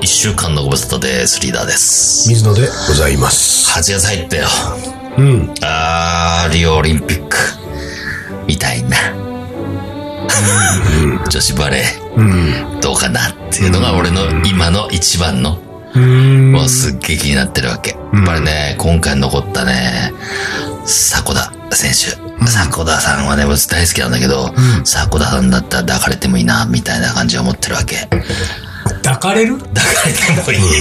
一週間のご無沙汰です。リーダーです。水野でございます。 8月入ったよ。うん。あー、リオオリンピック。みたいな。 女子バレうん。ー、どうかなっていうのが俺の今の一番の、うん。もうすっげえ気になってるわけ。やっぱりね、今回残ったね、迫田選手。迫田さんはね、僕大好きなんだけど、迫田さんだったら抱かれてもいいな、みたいな感じを持ってるわけ。抱かれる抱かれてもいい。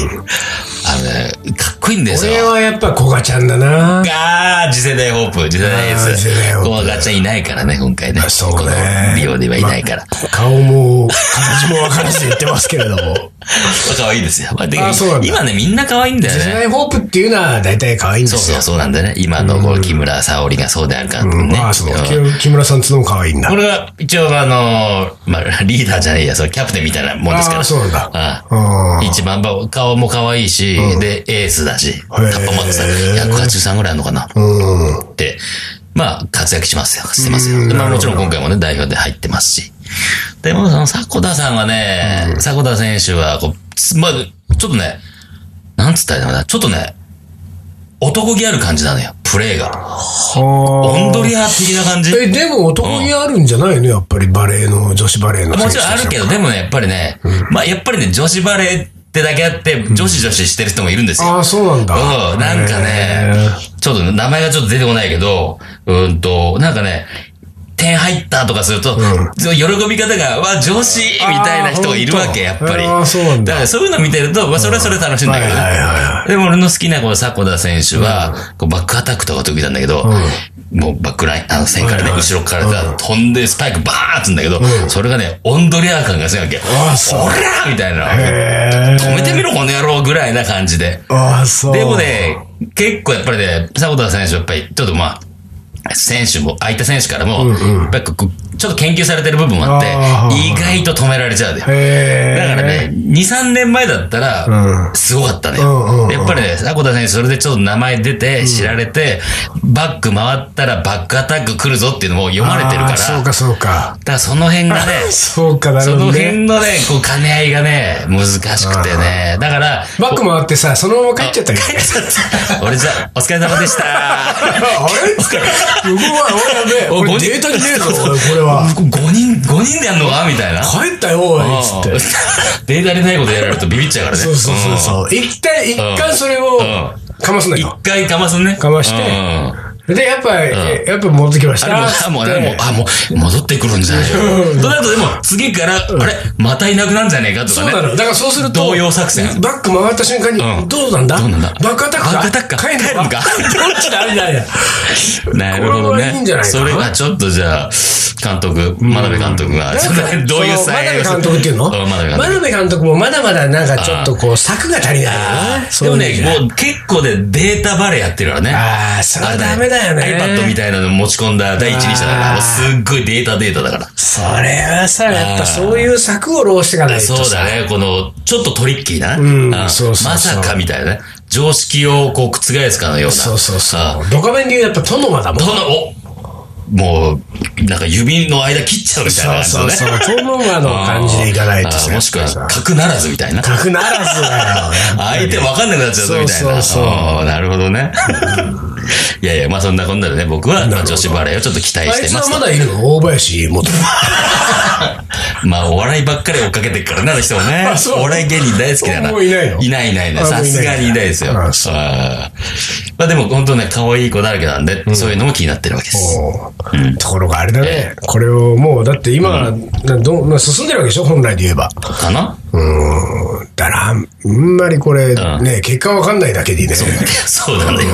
あのね、かっこいいんですこよ。れはやっぱ古賀ちゃんだな。あー、次世代オープン、次世代エーあース次世代オー。プンこのガチャいないからね、今回ね。そうねこのリオではいないから。顔も、形も分からず言ってますけれども。可愛いですよ。まあ、であーそうなんだ今ね、みんな可愛いんだ次世よね。代ホープっていうのは大体可愛いんでそうすそよ。う、そうなんだよね。今のこう、木村沙織がそうであるからね。まあ、そうのん木木村さんつのも可愛いんだこ。れは、一応、あのー、まあ、リーダーじゃないや、そのキャプテンみたいなもんですから。あーそうなんだああうん。一番、まあ顔も可愛いし、で、エースだし、カッパ持ってさ、183ぐらいあるのかな。うん。って、まあ、活躍しますよ。してますよ。うんでまあ、なるもほちどろん今回もね、代表で入ってますし。でも、その、迫田さんはね、迫田選手は、こうつ、まあ、ちょっとね、なんつったらいいのかな、ちょっとね、男気ある感じなのよ、プレーが。オンドリア的な感じ。え、でも男気あるんじゃないのやっぱりバレーの、女子バレーのも選手ちろんあたちるはけど、でもね、やっぱりね、まあ、やっぱりね、女子バレーってだけあって、女子女子してる人もいるんですよ。ああ、そうなんだ。うん、なんかねへー、ちょっと名前がちょっと出てこないけど、うんと、なんかね、点入ったとかすると、その喜び方が、わ、女子みたいな人がいるわけ、やあっーぱり。あーそうなんだからそういうの見てると、まあ、それはそれで楽しいんだけどはいはいはいね。でも俺の好きなこの迫田選手は、こうバックアタックとか得意なんだけど、もうバックライン、あの線からね、はいはい後ろからさ、飛んでスパイクバーンってんだけど、それがね、オンドリア感がすごいわけ。あーそうおらーみたいな。へ止めてみろ、この野郎ぐらいな感じで。ーああ、そう。でも、ね、結構やっぱりね、迫田選手、やっぱり、ちょっとまあ、選手も、相手選手からも、やっぱりこうちょっと研究されてる部分もあってあ、ー意外と止められちゃうんだよ。へだーからね、2、3年前だったらう、すごかったねうんうんう。んやっぱりね、迫田選手、それでちょっと名前出て、知られて、バック回ったらバックアタック来るぞっていうのも読まれてるかあーら、そうだかか、そうか。らその辺がね、そうか、 なそるほどの辺ね。のね、こう兼ね合いがね、難しくてね、だから、バック回ってさ、そのまま帰っちゃったり。あ俺じゃ、お疲れ様 でした。れつって。うわ、おおいやべえ。こ五れ人データにねえぞ、おいこれは。 5人、五人でやんのかみたいな。帰ったよ、おい、つって。うん データにないことやられるとビビっちゃうからね。そうそうそうそう。一旦、一う旦んそれをうん、かますのうん。よ。一回かますね。かましてうんで、やっぱ、やっぱ戻ってきましあれもた。あ、もう、あれもう、あ、もう、戻ってくるんじゃないでしょうう。となると、でも、次から、あれ、またいなくなんじゃねえかとかそうね。なの。だからそうすると、動揺作戦バック回った瞬間うんに、どうなんだどうなんだバックアタックかバックアタックか帰るのか帰るの どっちだみたいな。なるほどこれはいいねんじゃない。かなそれがちょっとじゃあ、監督、真鍋監督が、それ どういうその採真用鍋監督っていうのん真鍋真監督。鍋監督もまだまだなんかちょっとこう、策が足りないよあね。ーでもね、もう結構ね、データバレーやってるからね。あーそれはダメだよねあれね iPad みたいなの持ち込んだ第一人者だかあら、ーもうすっごいデータデータだから。それはさ、やっぱそういう策を浪していかないとそさ。うだね、この、ちょっとトリッキーな。んあーそうそうそうまさかみたいなね。常識をこう覆すかのような。そうそうそあう。ドカベンで言うやっぱ殿間だもんー。。どの、おもう、なんか指の間切っちゃうみたいなそう感じそのうね。そう。殿間のあー感じでいかないとあーさ。もしくは、さ角ならずみたいな。策ならずだよ。相手わかんなくなっちゃうぞみたいそな。うそうそううんなるほどね。 いやいや、まあそんなこんなでね、僕はまあ女子バレーをちょっと期待あしいてつまはすまと。だいるの大林元。 まあお笑いばっかり追っかけてるからな、あの人も ね。そうお笑い芸人大好きだな。もういないのいないいないいないあもういないさすがにいないですよ。あそうあーまあでも本当ね、可愛い子だらけなんで、そういうのも気になってるわけです。うんところがあれだね、これをもう、だって今、などう進んでるわけでしょ、本来で言えば。かな うん、だから、あんまりこれ、んね、結果わかんないだけでね。そうなんだよ。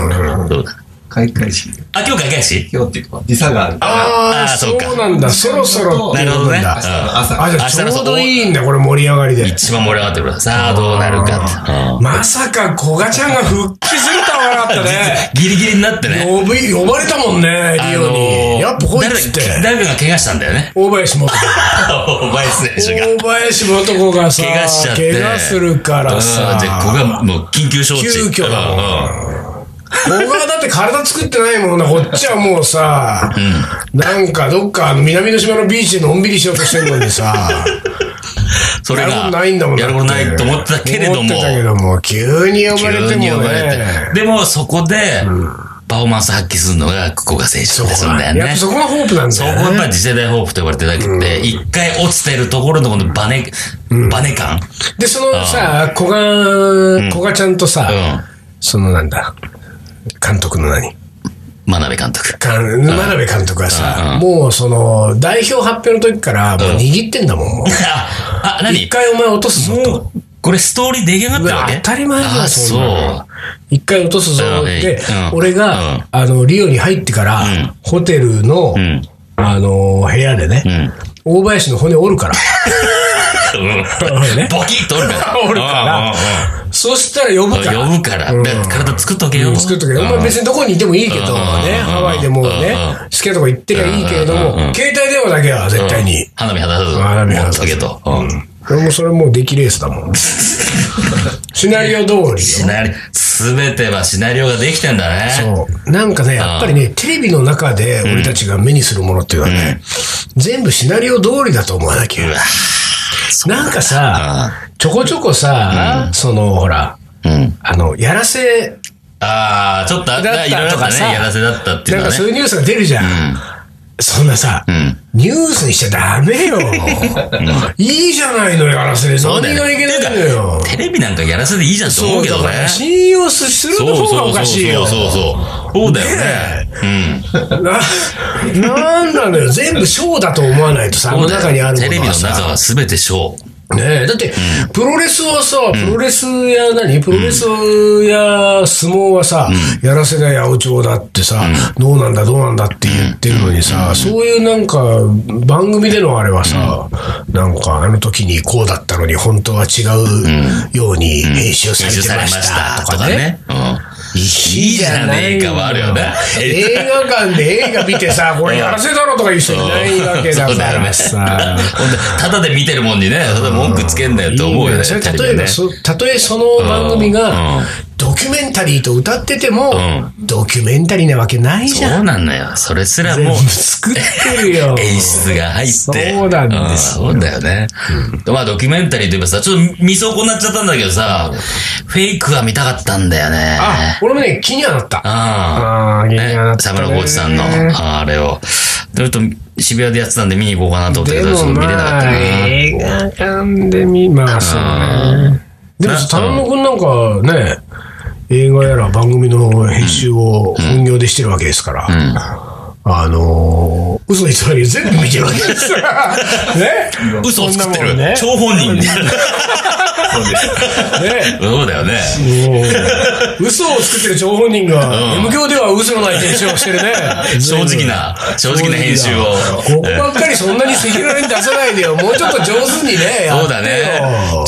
そうだ。開会式あ、今日開会式今日っていうか、時差があるから、ああーあ、そそうかうなんだ、そろそろっていうことなんだ。なるほどね朝のあ、じゃあ明日ちのょうどいいんだ、これ盛り上がりで。一番盛り上がってくる。さあ、どうなるかってうんまさか、古賀ちゃんが復帰するとは思わなかったね。ギリギリになってね。呼び、呼ばれたもんね、リオに。やっぱこいつって、誰だ誰かが怪我したんだよね。 大林元子。お前選手が。大林元子がさ、怪我しちゃって。怪我するからさうん。じゃあ、ここがもう緊急招致。急遽だもんうんうん僕はだって体作ってないもんな、こっちはもうさ、 なんかどっかあの南の島のビーチでのんびりしようとしてるのにさ、それやるこが、とないんだもんやることないと思ってたけれども思って、たけども、急に呼ばれて急もに呼ばれね。て。でも、そこで、パフォーマンス発揮するのが、ここが選手ですんだよやっぱね。そこがホープなんそだこよはね。やっぱり次世代ホープと呼ばれてたけで、一回落ちてるところのこのバネ、バネ感で、そのさ、古賀、古賀ちゃんとさ、そのなんだ、監督の何真鍋監 督。かん真鍋監督はさ、もうその、代表発表の時から、もう握ってんだもん、もう。あ、あ、何一回お前落とすぞと。もう、これストーリー出来上がってるわけ当たり前だあ、よ、そそんなのう。一回落とすぞってうん、俺うんが、あの、リオに入ってからん、ホテルのん、あの、部屋でうね、ん。大林の骨折るから。 ねボキッと折るから。 折るからうそしたら呼ぶかんうんうんら。呼ぶから。んだから体作っとけよ。作っとけど、まあ別にどこにいてもいいけど、ね、うんハワイでもねうん、好きなとこ行ってりゃいいけれどうんうんうも、ん携帯電話だけは絶対に。花火離さず。花火離さず持っとけと。うん俺もそれもう出来レースだ もん。シナリオ通りよ。シナリオ、すべてはシナリオができてんだね。そう。なんかね、やっぱりね、テレビの中で俺たちが目にするものっていうのはね、全部シナリオ通りだと思わなきゃう。わなんかさ、ちょこちょこさ、その、ほら、うん。あの、やらせああ、ちょっとあった、だっいろいたろとあかったさ、ね。やらせだったっていうなのんかはね。そういうニュースが出るじゃん。そんなさ、んニュースにしちゃダメよ。いいじゃないのよ、やらせで。何そうだよがいけないのよ。テレビなんかやらせでいいじゃんって思そううけだどからね。信用するそうの方がそおうそかうしいそよう。そうそう。そうだよね。うん。な、なんなのよ。全部ショーだと思わないとさ、あの中にあるもテレビののはさ。中は全てショー。ねえ、だって、プロレスはさ、プロレスや何プロレスや相撲はさ、やらせだ、八百長だってさ、どうなんだ、どうなんだって言ってるのにさ、そういうなんか、番組でのあれはさ、なんか、あの時にこうだったのに、本当は違うように編集されてましたとかね。。うん。いいじゃねえかはあるよね。映画館で映画見て さ、これやらせだろとか言う人いないわけだそうかよねらさ。ほんでただで見てるもんにね、ただ文句つけんなよって思うよね。それテレビ例えばねそ、たとえその番組うんうがん、ドキュメンタリーと歌ってても、うドキュメンタリーなわけないじゃ。そうんなんだよ。それすら全もう。部作ってるよ 演出が入って。そうなんですうんそうだよね。まあ、ドキュメンタリーといえばさ、ちょっと見損なっちゃったんだけどさ、フェイクが見たかったんだよね。あ、俺もね、気にはなった。あああ。あ、気にはなねっ、た沢ね。村浩二さんの、ああれを。ちょっと渋谷でやってたんで見に行こうかなと思ったでけど、ちょっもと見れなかまったあ、な。映画館で見、まあそうね。でもな田野君なんかね、映画やら番組の編集を本業でしてるわけですから、あのー、嘘偽り全部見てるわけ ですから、ね嘘を作ってそる。んなもんね張 本人。ねそうだよね。もう嘘を作ってる張本人が、うん M 教では嘘のない編集をしてるね。 正直な、正直な編集を。ここばっかりそんなに赤裸々に出さないでよ。もうちょっと上手にね、やってよそうだね。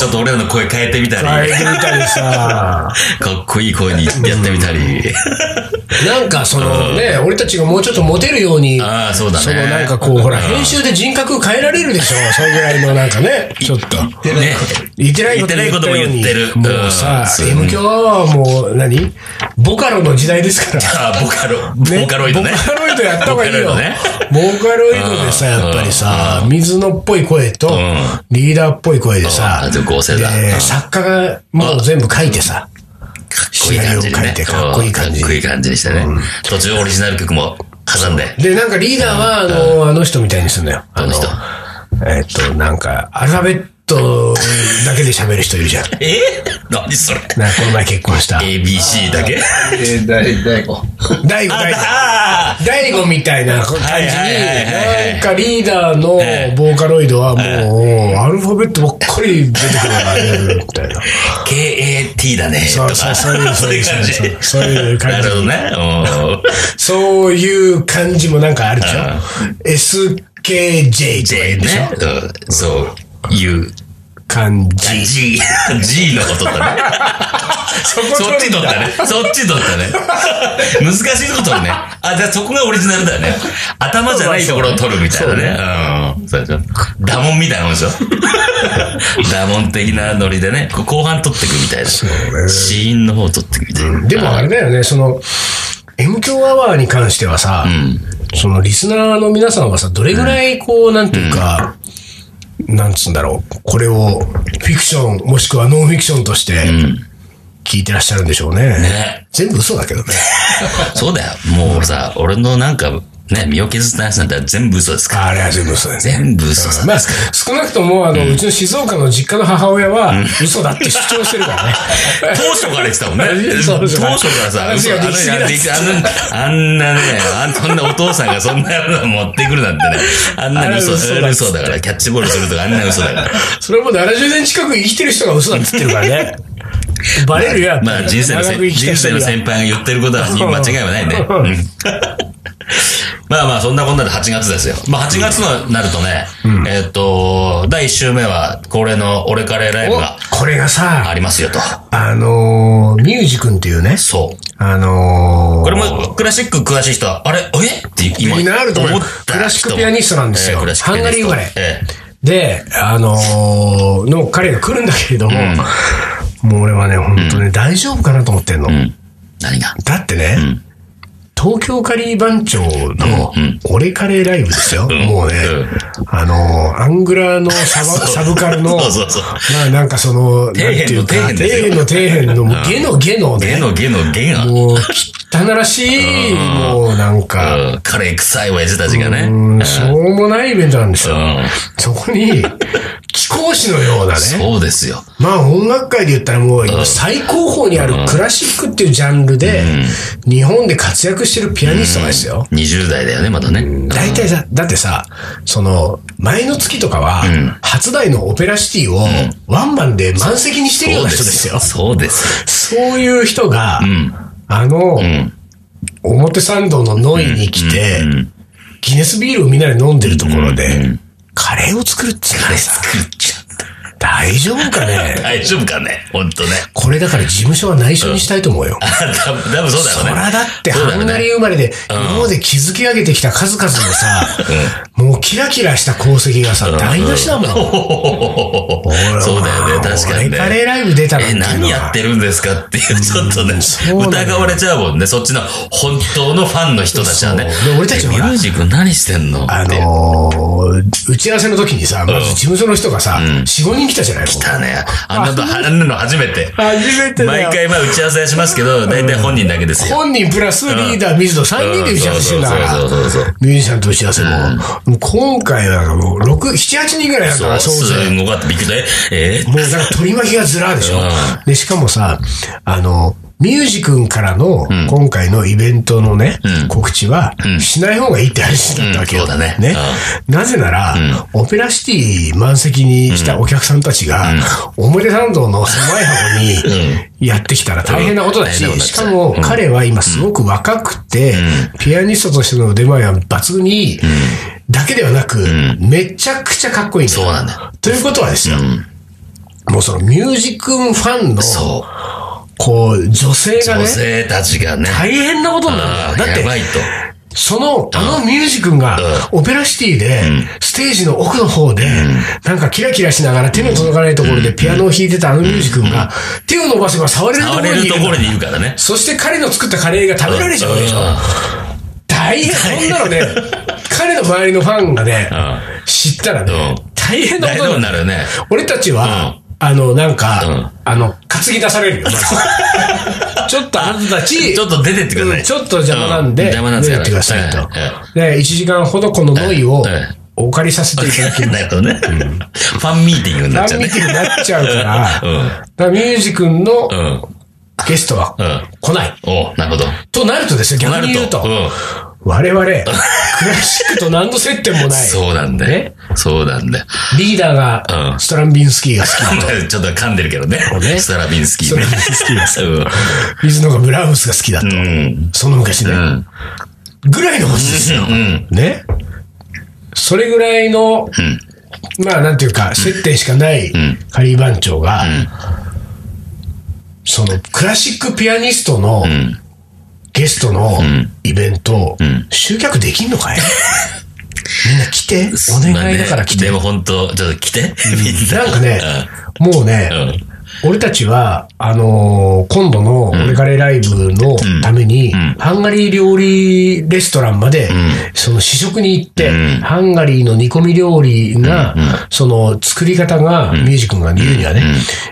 ちょっと俺らの声変えてみた変えり、てみたりさ。かっこいい声にやってみたり。なんかそのね、俺たちがもうちょっとモテるように、ああ、そうだね。そのなんかこう、ほら、編集で人格変えられるで しょ。それぐらいのなんかね、ちょっと。ね。言ってないこと言ったように言ってないことも言ってるもうさ、うん M 響はもう何ボカロの時代です から。ああ、ボカロ、ボーカロイドね。ボカロイドやった方がいいよ。ボボカーロイドねカロイドでさ、うんやっぱりさ、水野っぽい声と、リーダーっぽい声でさうん、合成だでうん作家がもう全部書いてさ、かっこいい感じシナにリオ書ねい。てかっこいい感じうんかっこいい感じにしてね。途中オリジナル曲も挟んで。で、なんかリーダーは、あの、あの人みたいにするのよ。あどの人えっと、なんか、アルファベットだけで喋る人いるじ ゃん。え何それなんかこの前結婚した。 ?ABC だけえー、 大、大悟。大悟、大悟。あ大悟みたいな感じに、はいはいはいはいなんかリーダーのボーカロイドはもう、アルファベットばっかり出てくるのがねみ たいな。あ !KAT だね。そうとそかう、そういう、そういう感感じじ。。そういうな感るじほ。どね。うんそういう感じもなんかあるでしょ ?SKJ とか言うでしょ J ね。うんそう。U。感じ。 G。G のことだね。そそっち取っだたね。そっち取ったね。難しいとこ取るね。あ、じゃあそこがオリジナルだよね。頭じゃないところを取るみたいなね。うん。そうでしょ。ダモンみたい なもんでしょ。ダモン的なノリでね、こう後半取ってくみたいな。シーンの方取ってくみたいな。でもあれだよね、その、M 強アワーに関してはさ、そのリスナーの皆さんはさ、どれぐらいこう、なんていうか、なんつうんだろう、これをフィクション、もしくはノンフィクションとして、聞いてらっしゃるんでしょうね。ね全部嘘だけどね。そうだよ。もうさ、俺のなんか、ね、身を削った話なんて全部嘘ですから。 あれは全部嘘だね。全部嘘さ。まあ、少なくとも、あの、うちの静岡の実家の母親は、嘘だって主張してるからね。当初から言ってたもんね。そ当う初そうからさ、話嘘あがのできすぎだっつってあんあんなね、あんそんなお父さんがそんなの持ってくるな んてね、あんなの嘘あれ嘘だっつって嘘だから、キャッチボールするとかあんな嘘だから。それはもう70年近く生きてる人が嘘だって言ってるから ね。バレるやまあ人生の長せく生きて人る人生にはの先輩が言ってることは間違いはないね。うん まあまあ、そんなこんなで8月ですよ。まあ8月になるとね、えーっと、第1週目は恒例の俺カレーライブがこれがあさ、りますよと。あのー、ミュージ君っていうね、そう。あのー、これもクラシック詳しい人は、あれえって今みんなあると思う思った人もクラシックピアニストなんですよええクラシックピアニストハンガリー生まれええで、あのー、の彼が来るんだけれども、もう俺はね、本当ね、大丈夫かなと思ってんの。うん。何がだってね、ん東京カリー番長のうんうん俺カレーライブですよ。んもうね、うんあのー、アングラのサバサブカルの、そうそうそう。まあなんかその、なん底てい辺のうか、底辺底です辺よの底辺の、もうゲノゲノゲね。のゲのゲが。もう、汚らしい、もうなんか、うんカレー臭い親父たちがね。うん、しょうもないイベントなんですよ。うんそこに、貴公子のようなね。そうですよ。まあ音楽界で言ったらもう最高峰にあるクラシックっていうジャンルで、日本で活躍してるピアニストがですよ。 20代だよね、まだね。大体さ、だってさ、その、前の月とかは、初代のオペラシティをワンマンで満席にしてるようそうなで人ですすよよ。。そうでそす。ういう人が、んあの、ん表参道のノイに来て、うんうんギネスビールをみんなで飲んでるところで、うんうカレーを作るっていうのはさ、作っちゃった。大丈夫かね大丈夫かねほんとね。 これだから事務所は内緒にしたいと思うよ。多分多分そうだそよね。らだって、そうだハよンねガリー生まれで、今まで築き上げてきた数々のさ、もうキラキラした功績がさ、台無しだもん。そうだよね、確かに俺ね。カレーライブ出たのえ、何やってるんですかっていう、ちょっとね、そうだよ疑われちゃうもんね。そっちの本当のファンの人たちはねそう。で俺たちえほミュらージック何してんのあって。のー、打ち合わせの時にさ、まず事務所の人がさ、4、5人来たじゃない来だね。あんなの、あんなの初めて。初めてだ毎よ。回まあ打ち合わせはしますけど、大体本人だけですよ。本人プラスリーダー、水野3人で打ち合わせしてんだからうんそうそうそうそう、ミュージシャンと打ち合わせも、もう今回はもう6、7、8人ぐらいだかそう、ら、すそうそう。ごかった。びっくりだ。ええもうだから取り巻きがずらーでしょうん。で、しかもさ、あの、ミュージ君からの、今回のイベントのね、告知は、しない方がいいって話だったわけよ。うんそうだねなぜなら、オペラシティ満席にしたお客さんたちが、表参道の狭い箱にやってきたら大変なことだし、うん大変なこしとだかも彼は今すごく若くて、ピアニストとしての腕前は抜群にいい、だけではなく、めちゃくちゃかっこいいんだよそうなんだよということはですよ、もうそのミュージックファンの、そこう、女性う。が女ね、性たちがね。大変なことになるんだよ。だっやばて、いと。その、あのミュージックが、オペラシティで、ステージの奥の方で、なんかキラキラしながら手の届かないところでピアノを弾いてたあのミュージックが、手を伸ばせば触れるとこ触ろれにいるるとんころだ。にいるからね。そして彼の作ったカレーが食べられちゃうわけでしょ。大変、そんなのね、彼の周りのファンがね、知ったらねうん、大変なこ大と丈に夫なにるなるよね。俺たちは、あの、なんか、うんあの、担ぎ出され るよ。まずちょっとあなたたち、ちょっと出てってくださうんい。ちょっと邪魔なんで、うん邪魔なんです出かてらってくださいえとええ。で、1時間ほどこのノイをええお借りさせていただき、なるほどね。ファンミーティングに なラっちゃンうミねー。ティングになっちゃうから、だうんからミュージ君のうん。ゲストはうん来ない。おなるほど。となるとですよ、逆に言うと、うん。我々、クラシックと何の接点もない、 そうなんだよ。そうなんだよ。リーダーがうんストランビンスキーが好き。 ちょっと噛んでるけどね。ねストラビンスキーね。ストラビンスうん水野がブラウスが好きだと。うん。その昔ねう。ん。ぐらいの星ですよ。うん。ね。それぐらいの、まあなんていうか、接点しかないカリー番長が、そのクラシックピアニストのゲストのイベント、集客できんの かいみんな来て、お願いだから来て。でも本当ちょっと来て。みんなんかね、もうねうん、俺たちは、あのー今度のオレカレライブのために、んハンガリー料理レストランまで、その試食に行って、うんハンガリーの煮込み料理が、その作り方が、ミュージ君が言うにはね、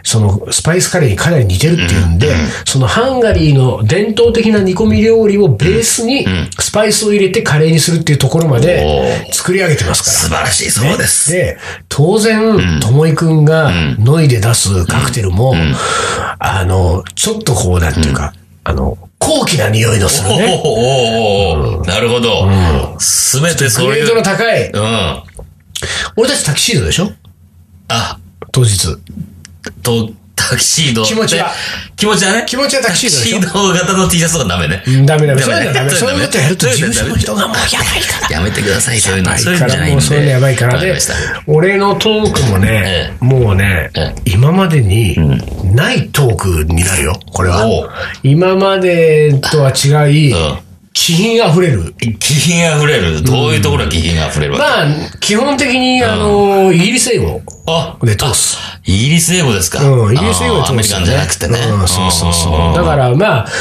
そのスパイスカレーにかなり似てるっていうんで、そのハンガリーの伝統的な煮込み料理をベースに、スパイスを入れてカレーにするっていうところまでお作り上げてますから。素晴らしい、そうです。で、当然、ともいくんが、ノイで出すカクテルも、あの、ちょっとこう、なんていうか、あの、高貴な匂いのするおーね。おーおーなるほど。すべてそうグいレーう。ドうのん。高い。俺たちタキシードでしょあ、当日。と、タキシードって。気持ちは気持ちはね。気持ちはタキシードでしょタキシード型の T シャツとかダメね。うんダメダメ。ダそういメうのはダメ。ダメそういうことやるとダメ事務所の人がもうやばいから。やめてください、そういうの。そういうかのじゃならいんもうで。そういうのやばいからわりでました。、俺のトークもね、もうねええ、今までにないトークになるよ、これはおう。今までとは違いうん、気品あふれる。気品あふれる。どういうところが気品あふれるわけまあ、基本的に、あの、イギリス英語あで通す。イギリス英語ですか。うん、イギリス英語あーアメリカンじゃなくてね。うん、そうそううんそう。だからまあ、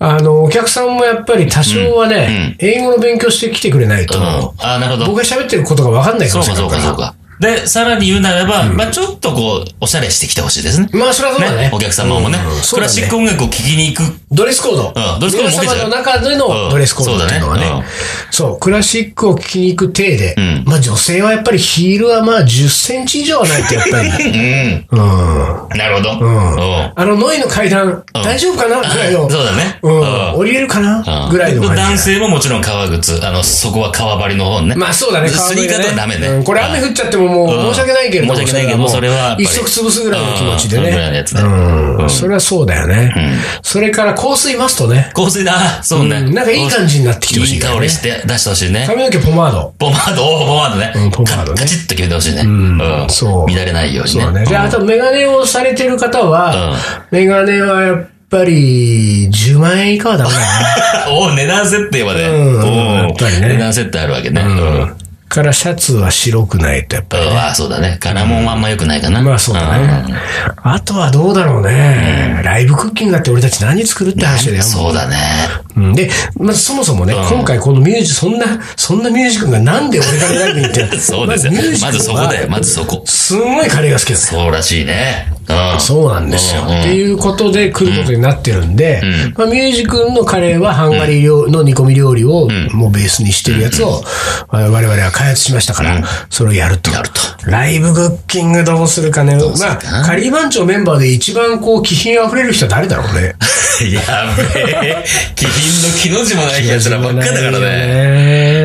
あの、お客さんもやっぱり多少はね、英語の勉強してきてくれないと、うんあー、なるほど。僕が喋ってることが分かんないかそもうしかれそなういかそうかか。で、さらに言うならば、まあちょっとこう、おしゃれしてきてほしいですね。ら。まあ、それはそうだねね。お客様もね、うんそクうだラねシック音楽を聴きに行く。ドレスコード。ドレスコードも OK 皆様の中でうのんドレスコードっていうのはね。そうそうだねクラシックを聞きに行く体で、んまあ女性はやっぱりヒールはまあ10センチ以上はないとやっぱり。 うん。うん。なるほど。うんうんあの、ノイの階段、大丈夫かなぐらいの。そうだね。うん。降りれるかうなんぐらいの感じ。男性ももちろん革靴。あの、そこは革張りの方ね。まあそうだね、スニーカーとはダメね。うんこれ雨降っちゃってももうんう申し訳ないけれども。申し訳ないけどもそれはやっぱり一足潰すぐらいの気持ちでうんそのぐらいのねやつね。うん。それはそうだよね。それから香水マストね。香水だ。そうね。うんなんかいい感じになってきてほしいいいよね香りして、出してほしいね。髪の毛ポマード。ポマード、おーポマードね。うんポマードねカチッと決めてほしいね。うんそう乱れないようにね。そうね。で、あとメガネをされてる方は、メガネはやっぱり10万円以下はダメ だ おー値段設定まで。うんおーやっぱりね値段設定あるわけね。うん。な。ううんからシャツは白くないとやっぱり。んあーそうだね。カラモンはあんま良くないかな。まあそうだね。あとはどうだろうね。ライブクッキングだって俺たち何作るって話だうん。よ。そうだね。うんで、まずそもそもね、今回このミュージ、そんな、そんなミュージックがなんで俺がライブに行ってる そうですよ。まずそこだよ。。まずそこ。すんごいカレーが好きです。そうらしいね。うん。そうなんですよ。うっんうんていうことで来ることになってるんで、まあ、ミュージ君のカレーはハンガリー料の煮込み料理をもうベースにしてるやつをあ我々は開発しましたから、それをやると。やるとライブクッキングどうするかね。うするまあか、カリー番長メンバーで一番こう、気品あふれる人は誰だろうね。やべえ。気品の気の字もない奴らばっかだからね。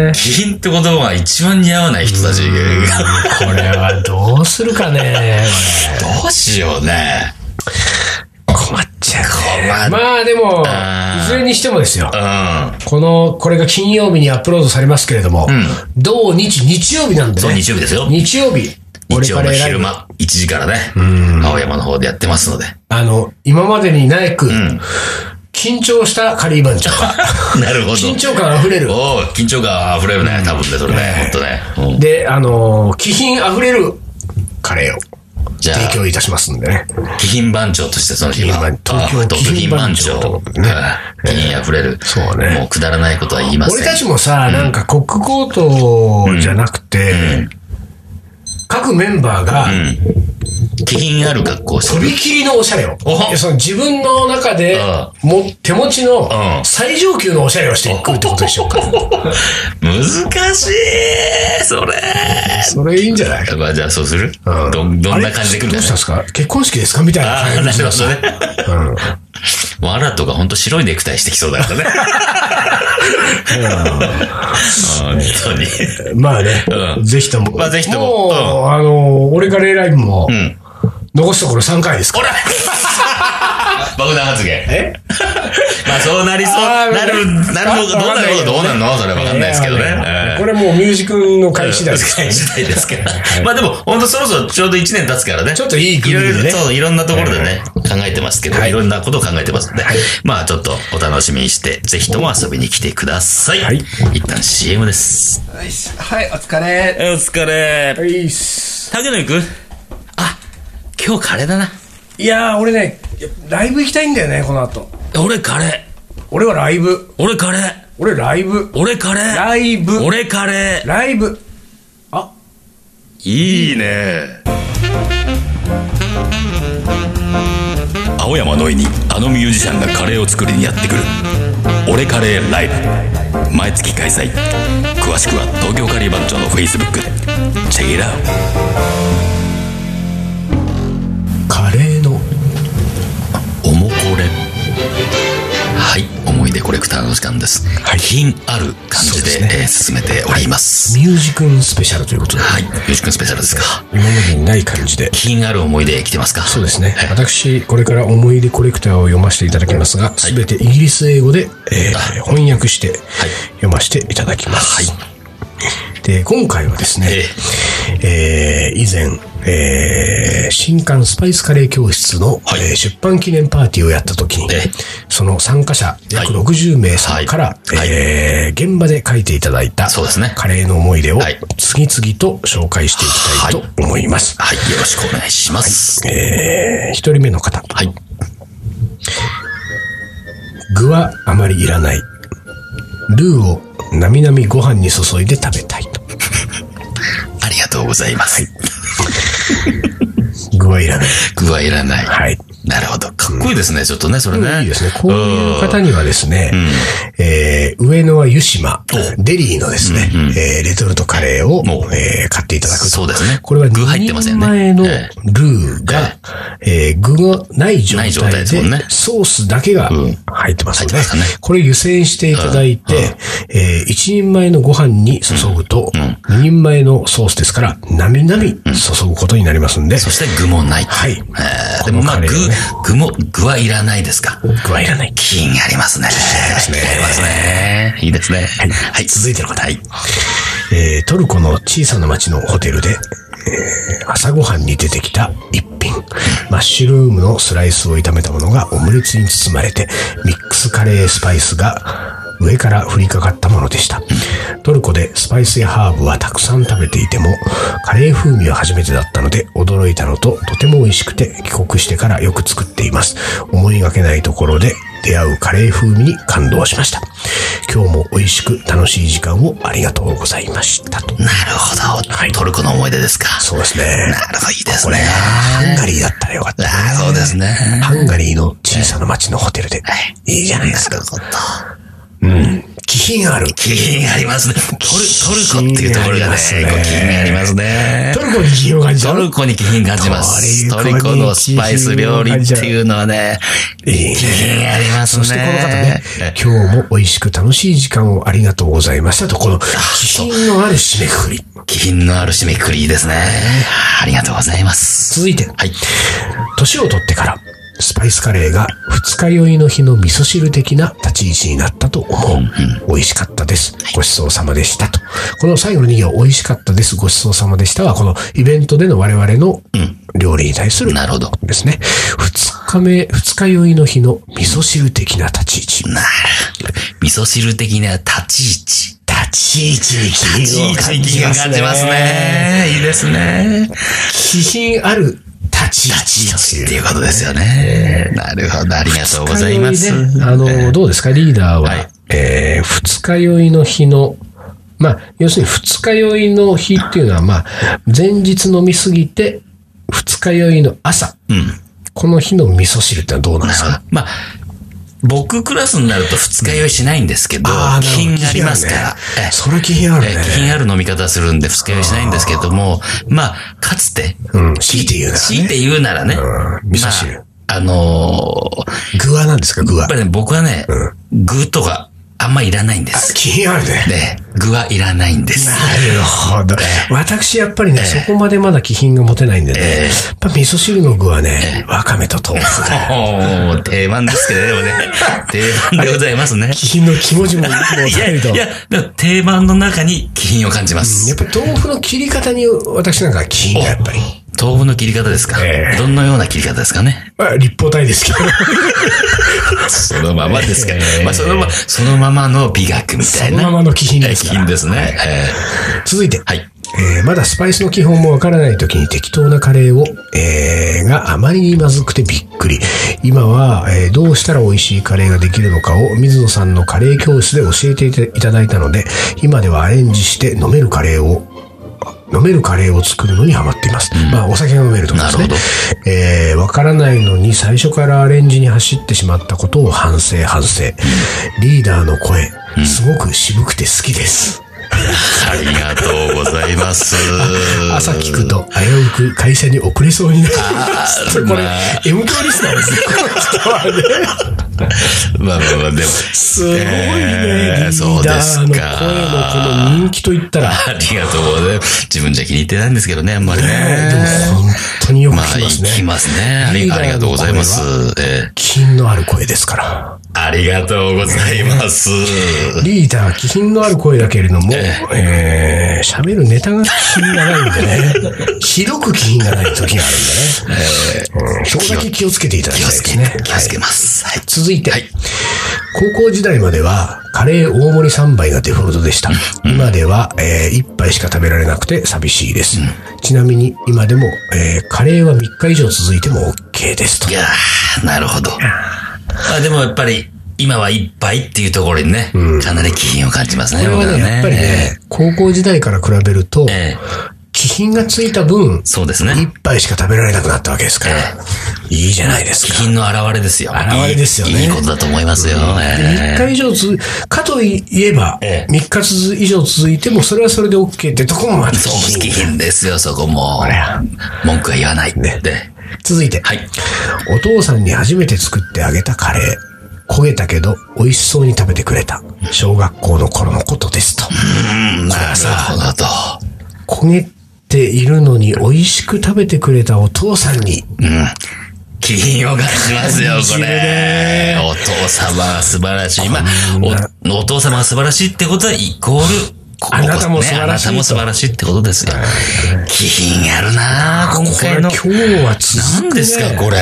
ね。気品って言葉が一番似合わない人たちが。これはどうするかね。 どうしようね。困っちゃう、ね。困るまあでもあ、ーいずれにしてもですよう。ん。この、これが金曜日にアップロードされますけれども、ん土日、日曜日なんでそう、ね。日曜日ですよ。日曜日。日曜のライ昼ブ間、1時からね、青山の方でやってますので。あの、今までにないく、緊張したカリー番 長。なるほど。緊張感溢れる。おう緊張感溢れるね、多分ね、それね、ほんとね。うんで、あのー気品溢れるカレーをじゃ提あ、供いたしますんでね。気品番長としてその日は、東京あ東京気気品品番番長長。うんね気品溢れる。そうねもうくだらないことは言いません。俺たちもさ、なんかコックコートじゃなくて、各メンバーが、気品ある格好をしてとる。びきりのおしゃれをお。その自分の中でうも手持ちうんの最上級のおしゃれをしてくるってことでしょうか。 難しいそれそれいいんじゃないまあじゃあそうするど、どんな感じあれで来るどかうねしたん。ですか結婚式ですかみたいああ、な感なじるでほすどね。わらとかほんと白いネクタイしてきそうだからね。 本当に。まあねう、んぜひとも。まあぜひとももうう、あの、俺からライブもん、残すところ3回ですかほら爆弾発言。え まあそうなりそう。あーなる、なるのか、どうわかんなないるけのどねかどうなんのそれはわかんないですけどね。えーえーこれもうミュージックの回次第ですからね。時代ですから。まあでも、本当そろそろちょうど1年経つからね。ちょっといいい区切りろでいねろ、そう、いろんなところでね、考えてますけど、いろんなことを考えてますので、まあちょっとお楽しみにして、ぜひとも遊びに来てください。はい一旦 CM です。いしょはい、お疲れ。お疲れ。はいっす竹野行くあ、今日カレーだな。いやー、俺ね、ライブ行きたいんだよね、この後。俺カレ俺はライブー。。俺カレー。俺ライブ。俺カレー。ライブ俺カレー。ライブ。あ、いいね。青山のいにあのミュージシャンがカレーを作りにやってくる「俺カレーライブ」毎月開催詳しくは東京カリー番長のフェイスブックでチェイラーカレーの。おもこれはい思い出コレクターの時間です、品ある感じでそうですねえー進めておりますミュージックスペシャルということで、はい、よろしくスペシャルですか今までにない感じで。品ある思い出来てますかそうですね。はい私、これから思い出コレクターを読ませていただきますが、すべてイギリス英語で、えー翻訳して、読ませていただきます。で、今回はですね、えー以前、えー新刊スパイスカレー教室の、はいえー出版記念パーティーをやった時にええ、その参加者約はい60名さんから、はいはいえー現場で書いていただいた、そうですねカレーの思い出をはい次々と紹介していきたいと思います。はい、よろしくお願いします。えー一人目の方。はい。具はあまりいらない。ルーをなみなみご飯に注いで食べたいと。ありがとうございます。具はいらない。具はいらない。はい。なるほど。かっこいいですね、ちょっとね、それね。いいですね。こういう方にはですね、えー上野は湯島、デリーのですね、えーレトルトカレーをお、えー買っていただくと。そうですねこれは具入ってませんね前のルえーが、えー具がない状な態い状態ですでもんねソースだけが入ってますよ入ねってますね。これ湯煎していただいて、えー一人前のご飯に注ぐと、二人前のソースですから、なみなみ注ぐことになりますんで、そして具もない。はいえーでもまあ、このカ具レーね、具も、具はいらないですか。具はいらない。金ありますね。金ありますね。いいですね。はい。続いての方。はい。えートルコの小さな町のホテルで、えー朝ごはんに出てきた一品、マッシュルームのスライスを炒めたものがオムレツに包まれて、ミックスカレースパイスが上から降りかかったものでした。トルコでスパイスやハーブはたくさん食べていても、カレー風味は初めてだったので驚いたのと、とても美味しくて帰国してからよく作っています。思いがけないところで出会うカレー風味に感動しました。今日も美味しく楽しい時間をありがとうございましたと。なるほど。トルコの思い出ですか。そうですね。なるほど、いいですこれねが。ハンガリーだったらよかったね。あーそうですね。ハンガリーの小さな町のホテルで。いいじゃないですなか。るほど。気品ある。金ありますね。トル、トルコっていうところがね、金ありますね。トルコに気品を感じたトルコに気品感じます。トトルルコに気品コのスパイス料理っていうのはね、いいね気品ありますそね。してこの方ねえ、今日も美味しく楽しい時間をありがとうございましたと、この気そう品のある締めくくり。気品のある締めくくりいいですね。ありがとうございます。続いて、はい。年を取ってから、スパイスカレーが二日酔いの日の味噌汁的な立ち位置になったと思う。美味しかったです。ごちそうさまでしたと。この最後の2行、美味しかったです。ごちそうさまでしたは、このイベントでの我々の料理に対するなるほど。ですね。二日目、二日酔いの日の味噌汁的な立ち位置。なる味噌汁的な立ち位置。立ち位置に立ち位置に気品感じます。ね。いいですね。気品ある立ち位立ち位置置とっていいうう。ことですよね。なるほど。ありがとうございます。二日酔いねあの、どうですか、リーダーは、はいえー二日酔いの日の、まあ、要するに二日酔いの日っていうのは、まあ、前日飲みすぎて、二日酔いの朝、うん。この日の味噌汁ってのはどうなんですかまあ、僕クラスになると二日酔いしないんですけど、気品がありますから。ええそれ気品あるねえ。ー気品ある飲み方するんで二日酔いしないんですけども、まあ、かつて、うん強いて言うならね強いて言うならねうん味噌汁まあ、あのー具は何ですか具やはっぱ。りね、僕はね、具とかあんまいらないんです。気品あるね。で、具はいらないんです。なるほど。私、やっぱりね、そこまでまだ気品が持てないんでね、やっぱ味噌汁の具はね、わかめと豆腐が。もう、定番ですけどね、でもね、定番でございますね。気品の気持ちも、もういや、入ると。いや、でも定番の中に気品を感じます。やっぱり豆腐の切り方に私なんかは気がやっぱり。豆腐の切り方ですか、ええどのような切り方ですかねまあ、立方体ですけど。そのまま ですか、ええまあ、そのま、そのままの美学みたいそな。のままの気品です気から品ですね。ええ続いて。はい。えーまだスパイスの基本もわからない時に適当なカレーを、えーがあまりにまずくてびっくり。今は、えーどうしたら美味しいカレーができるのかを水野さんのカレー教室で教えていたいただいたので、今ではアレンジして飲めるカレーを飲めるカレーを作るのにハマっています。まあ、お酒が飲めるとかですね。なるえーわからないのに最初からアレンジに走ってしまったことを反省、反省。リーダーの声、すごく渋くて好きです。ありがとうござい ます。朝聞くと危うく会社に遅れそうになる。 これ、まあ M 響リスナーですね。この人はね。まあまあまあ、でも。すごいね。えーリそうーでダーすの声か。のこの人気といったら、ありがとうございます。自分じゃ気に入ってないんですけどね、あんまりね。でも本当によくまあ、聞きますね。行きますね。ありリーダーの声はありがとうございます。ええ品のある声ですから。ありがとうございます。リーダー、気品のある声だけれども、えー、喋るネタが気品がないんでね、ひどく気品がない時があるんだね。うんそこだけ気をつけていただき気たをいでつけ、すね。気をつけます。はい。続いて、高校時代までは、カレー大盛り3杯がデフォルトでした。今では、え1杯しか食べられなくて寂しいです。ちなみに、今でも、えーカレーは3日以上続いても OK ですとい。やー、なるほど。まあでもやっぱり、今は一杯っていうところにね、かなり気品を感じますね、これは僕はね、ね。やっぱりね、高校時代から比べるとえ、え気品がついた分、そうですね。一杯しか食べられなくなったわけですから。いいじゃないです気か。品の表れですよ。表れですよねいいいいことだと思いますよ。 3ええ日以上続かといえば、ええ3日以上続いても、それはそれで OK ってとこもまたそう、気品ですよ、そこもあれや。文句は言わないって。続いて、はい。お父さんに初めて作ってあげたカレー。焦げたけど、美味しそうに食べてくれた。小学校の頃のことですと。うん、なるほどと。焦げているのに美味しく食べてくれたお父さんに、うん。気品を感じますよ、こ感じるれね。お父様は素晴らしい。まあ、お、お父様は素晴らしいってことは、イコール、こあなたも素晴らしいとねあなたも素晴らしいってことですよ。気品あるなぁ、今これ回今の。日は続く、何ね。ですか、これ。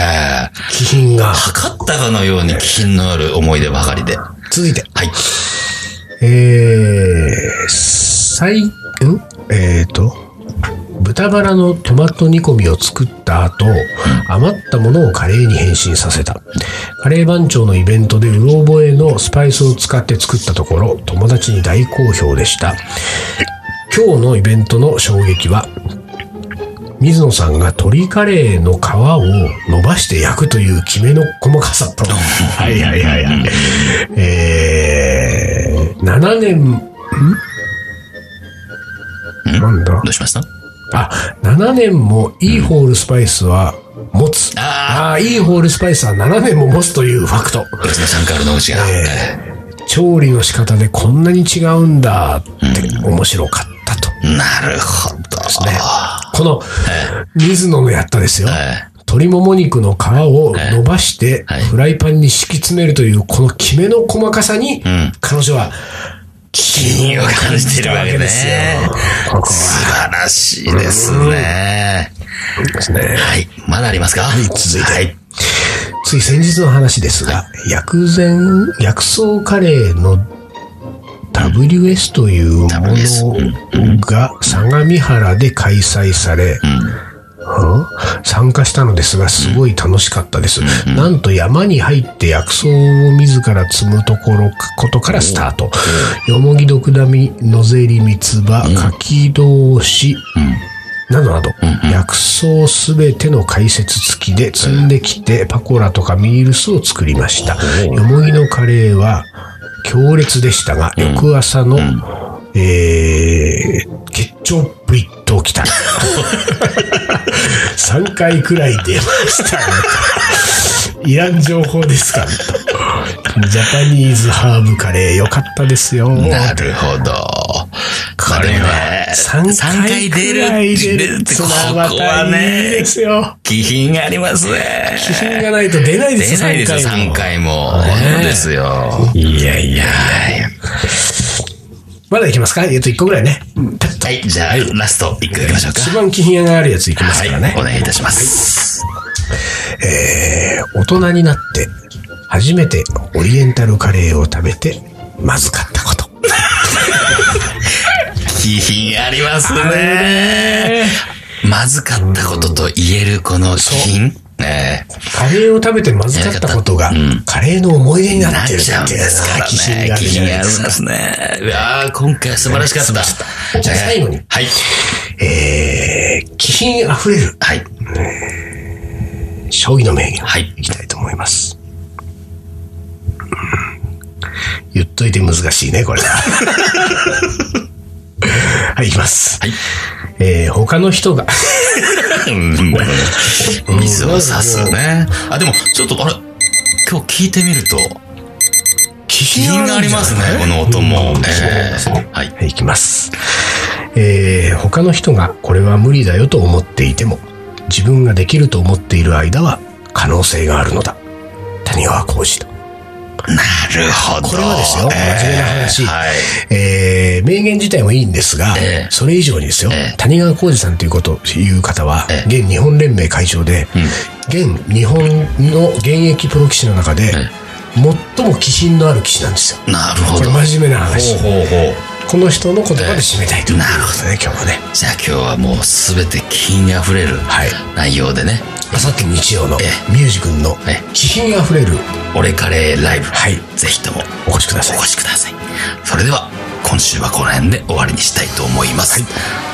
気品が。測ったかのように気品のある思い出ばかりで。は続いて、い。えー、最、んえっ、と、豚バラのトマト煮込みを作った後、余ったものをカレーに変身させた。カレー番長のイベントでうろ覚えのスパイスを使って作ったところ、友達に大好評でした。今日のイベントの衝撃は、水野さんが鶏カレーの皮を伸ばして焼くというきめの細かさと。はいはいはいはい。えー、7年、んなんだどうしましたあ、7年もいいホールスパイスは持つ。あああー、いいホールスパイスは7年も持つというファクト。吉野さんからの口が。え調理の仕方でこんなに違うんだって面白かったと。ーなるほど。この、水野のやったですよ。はい鶏もも肉の皮を伸ばしてはい、フライパンに敷き詰めるという、このきめの細かさに、彼女は、気品を感じてるわけね。ですよ。ここ素は晴らしいですね。ですね。はい。まだありますかはい、続いて。はい。つい先日の話ですが、薬膳、薬草カレーの WS というも WS のが相模原で開催され、うん参加したのですが、すごい楽しかったです。なんと山に入って薬草を自ら摘むところ、ことからスタート。よもぎ毒ダミ、野ゼリミツバ、柿同士、などなど、薬草すべての解説付きで積んできて、パコラとかミールスを作りました。よもぎのカレーは強烈でしたが、翌朝の、えー、結腸ぶりときた。3回くらい出ましたね。いらん情報ですかねとジャパニーズハーブカレー良かったですよ。なるほど。これね、 3三回出くるらい出出るるって、こそれこはまたいいでね、すよ。気品がありますね。気品がないと出ないですよ、出ないですよ、 3 3回回も。そうですよ。も。いやいや。はい。まだいきますかえっと、1個ぐらいね。はい、じゃあ、ラスト、いきましょうか。一番気品があるやついきますからね。はい、お願いいたします。大人になって、初めてオリエンタルカレーを食べて、まずかったこと。気品ありますね。まずかったことと言えるこの気品。ねカレーを食べてまずかったことが、カレーの思い出になってるっていうから気品がある気じゃない品あでるすんかで。すね。いやー今回素晴らしかった。じゃあ最後にねはい。えー、気品あふれるはい。将棋の名言。はい いきたいと思います。うん言っといて難しいね、これ は。はい、いきます。はい。えー、他の人が、うんミスを刺すね。あ、でも、ちょっと、あれ、今日聞いてみると、気気品がありますね、この音も。えそうーはい。はい、いきます。えー他の人がこれは無理だよと思っていても、自分ができると思っている間は可能性があるのだ。谷川浩司と。なるほど。これはですよ真面目な話えーはい。えー名言自体もいいんですが、ええそれ以上にですよ、ええ谷川浩司さんということ、いう方は、え現日本連盟会長で、現日本の現役プロ棋士の中で、え最も気品のある棋士なんですよ。なるほこれど。真面目な話。ほうほうほう。この人の言葉で締めたいということでね、今日もね。じゃあ今日はもうすべて気品あふれるはい内容でね、あさって日曜のえミュージ君のえ気品あふれる俺カレーライブ、はいぜひともお越しくだおさい越。しください。それでは、今週はこの辺で終わりにしたいと思います。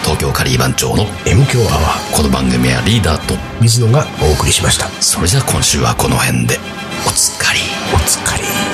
東京カリー番長の M 強アワこの番組はリーダーと、ー水野がお送りしました。それじゃあ今週はこの辺で、おつかり。お疲れ。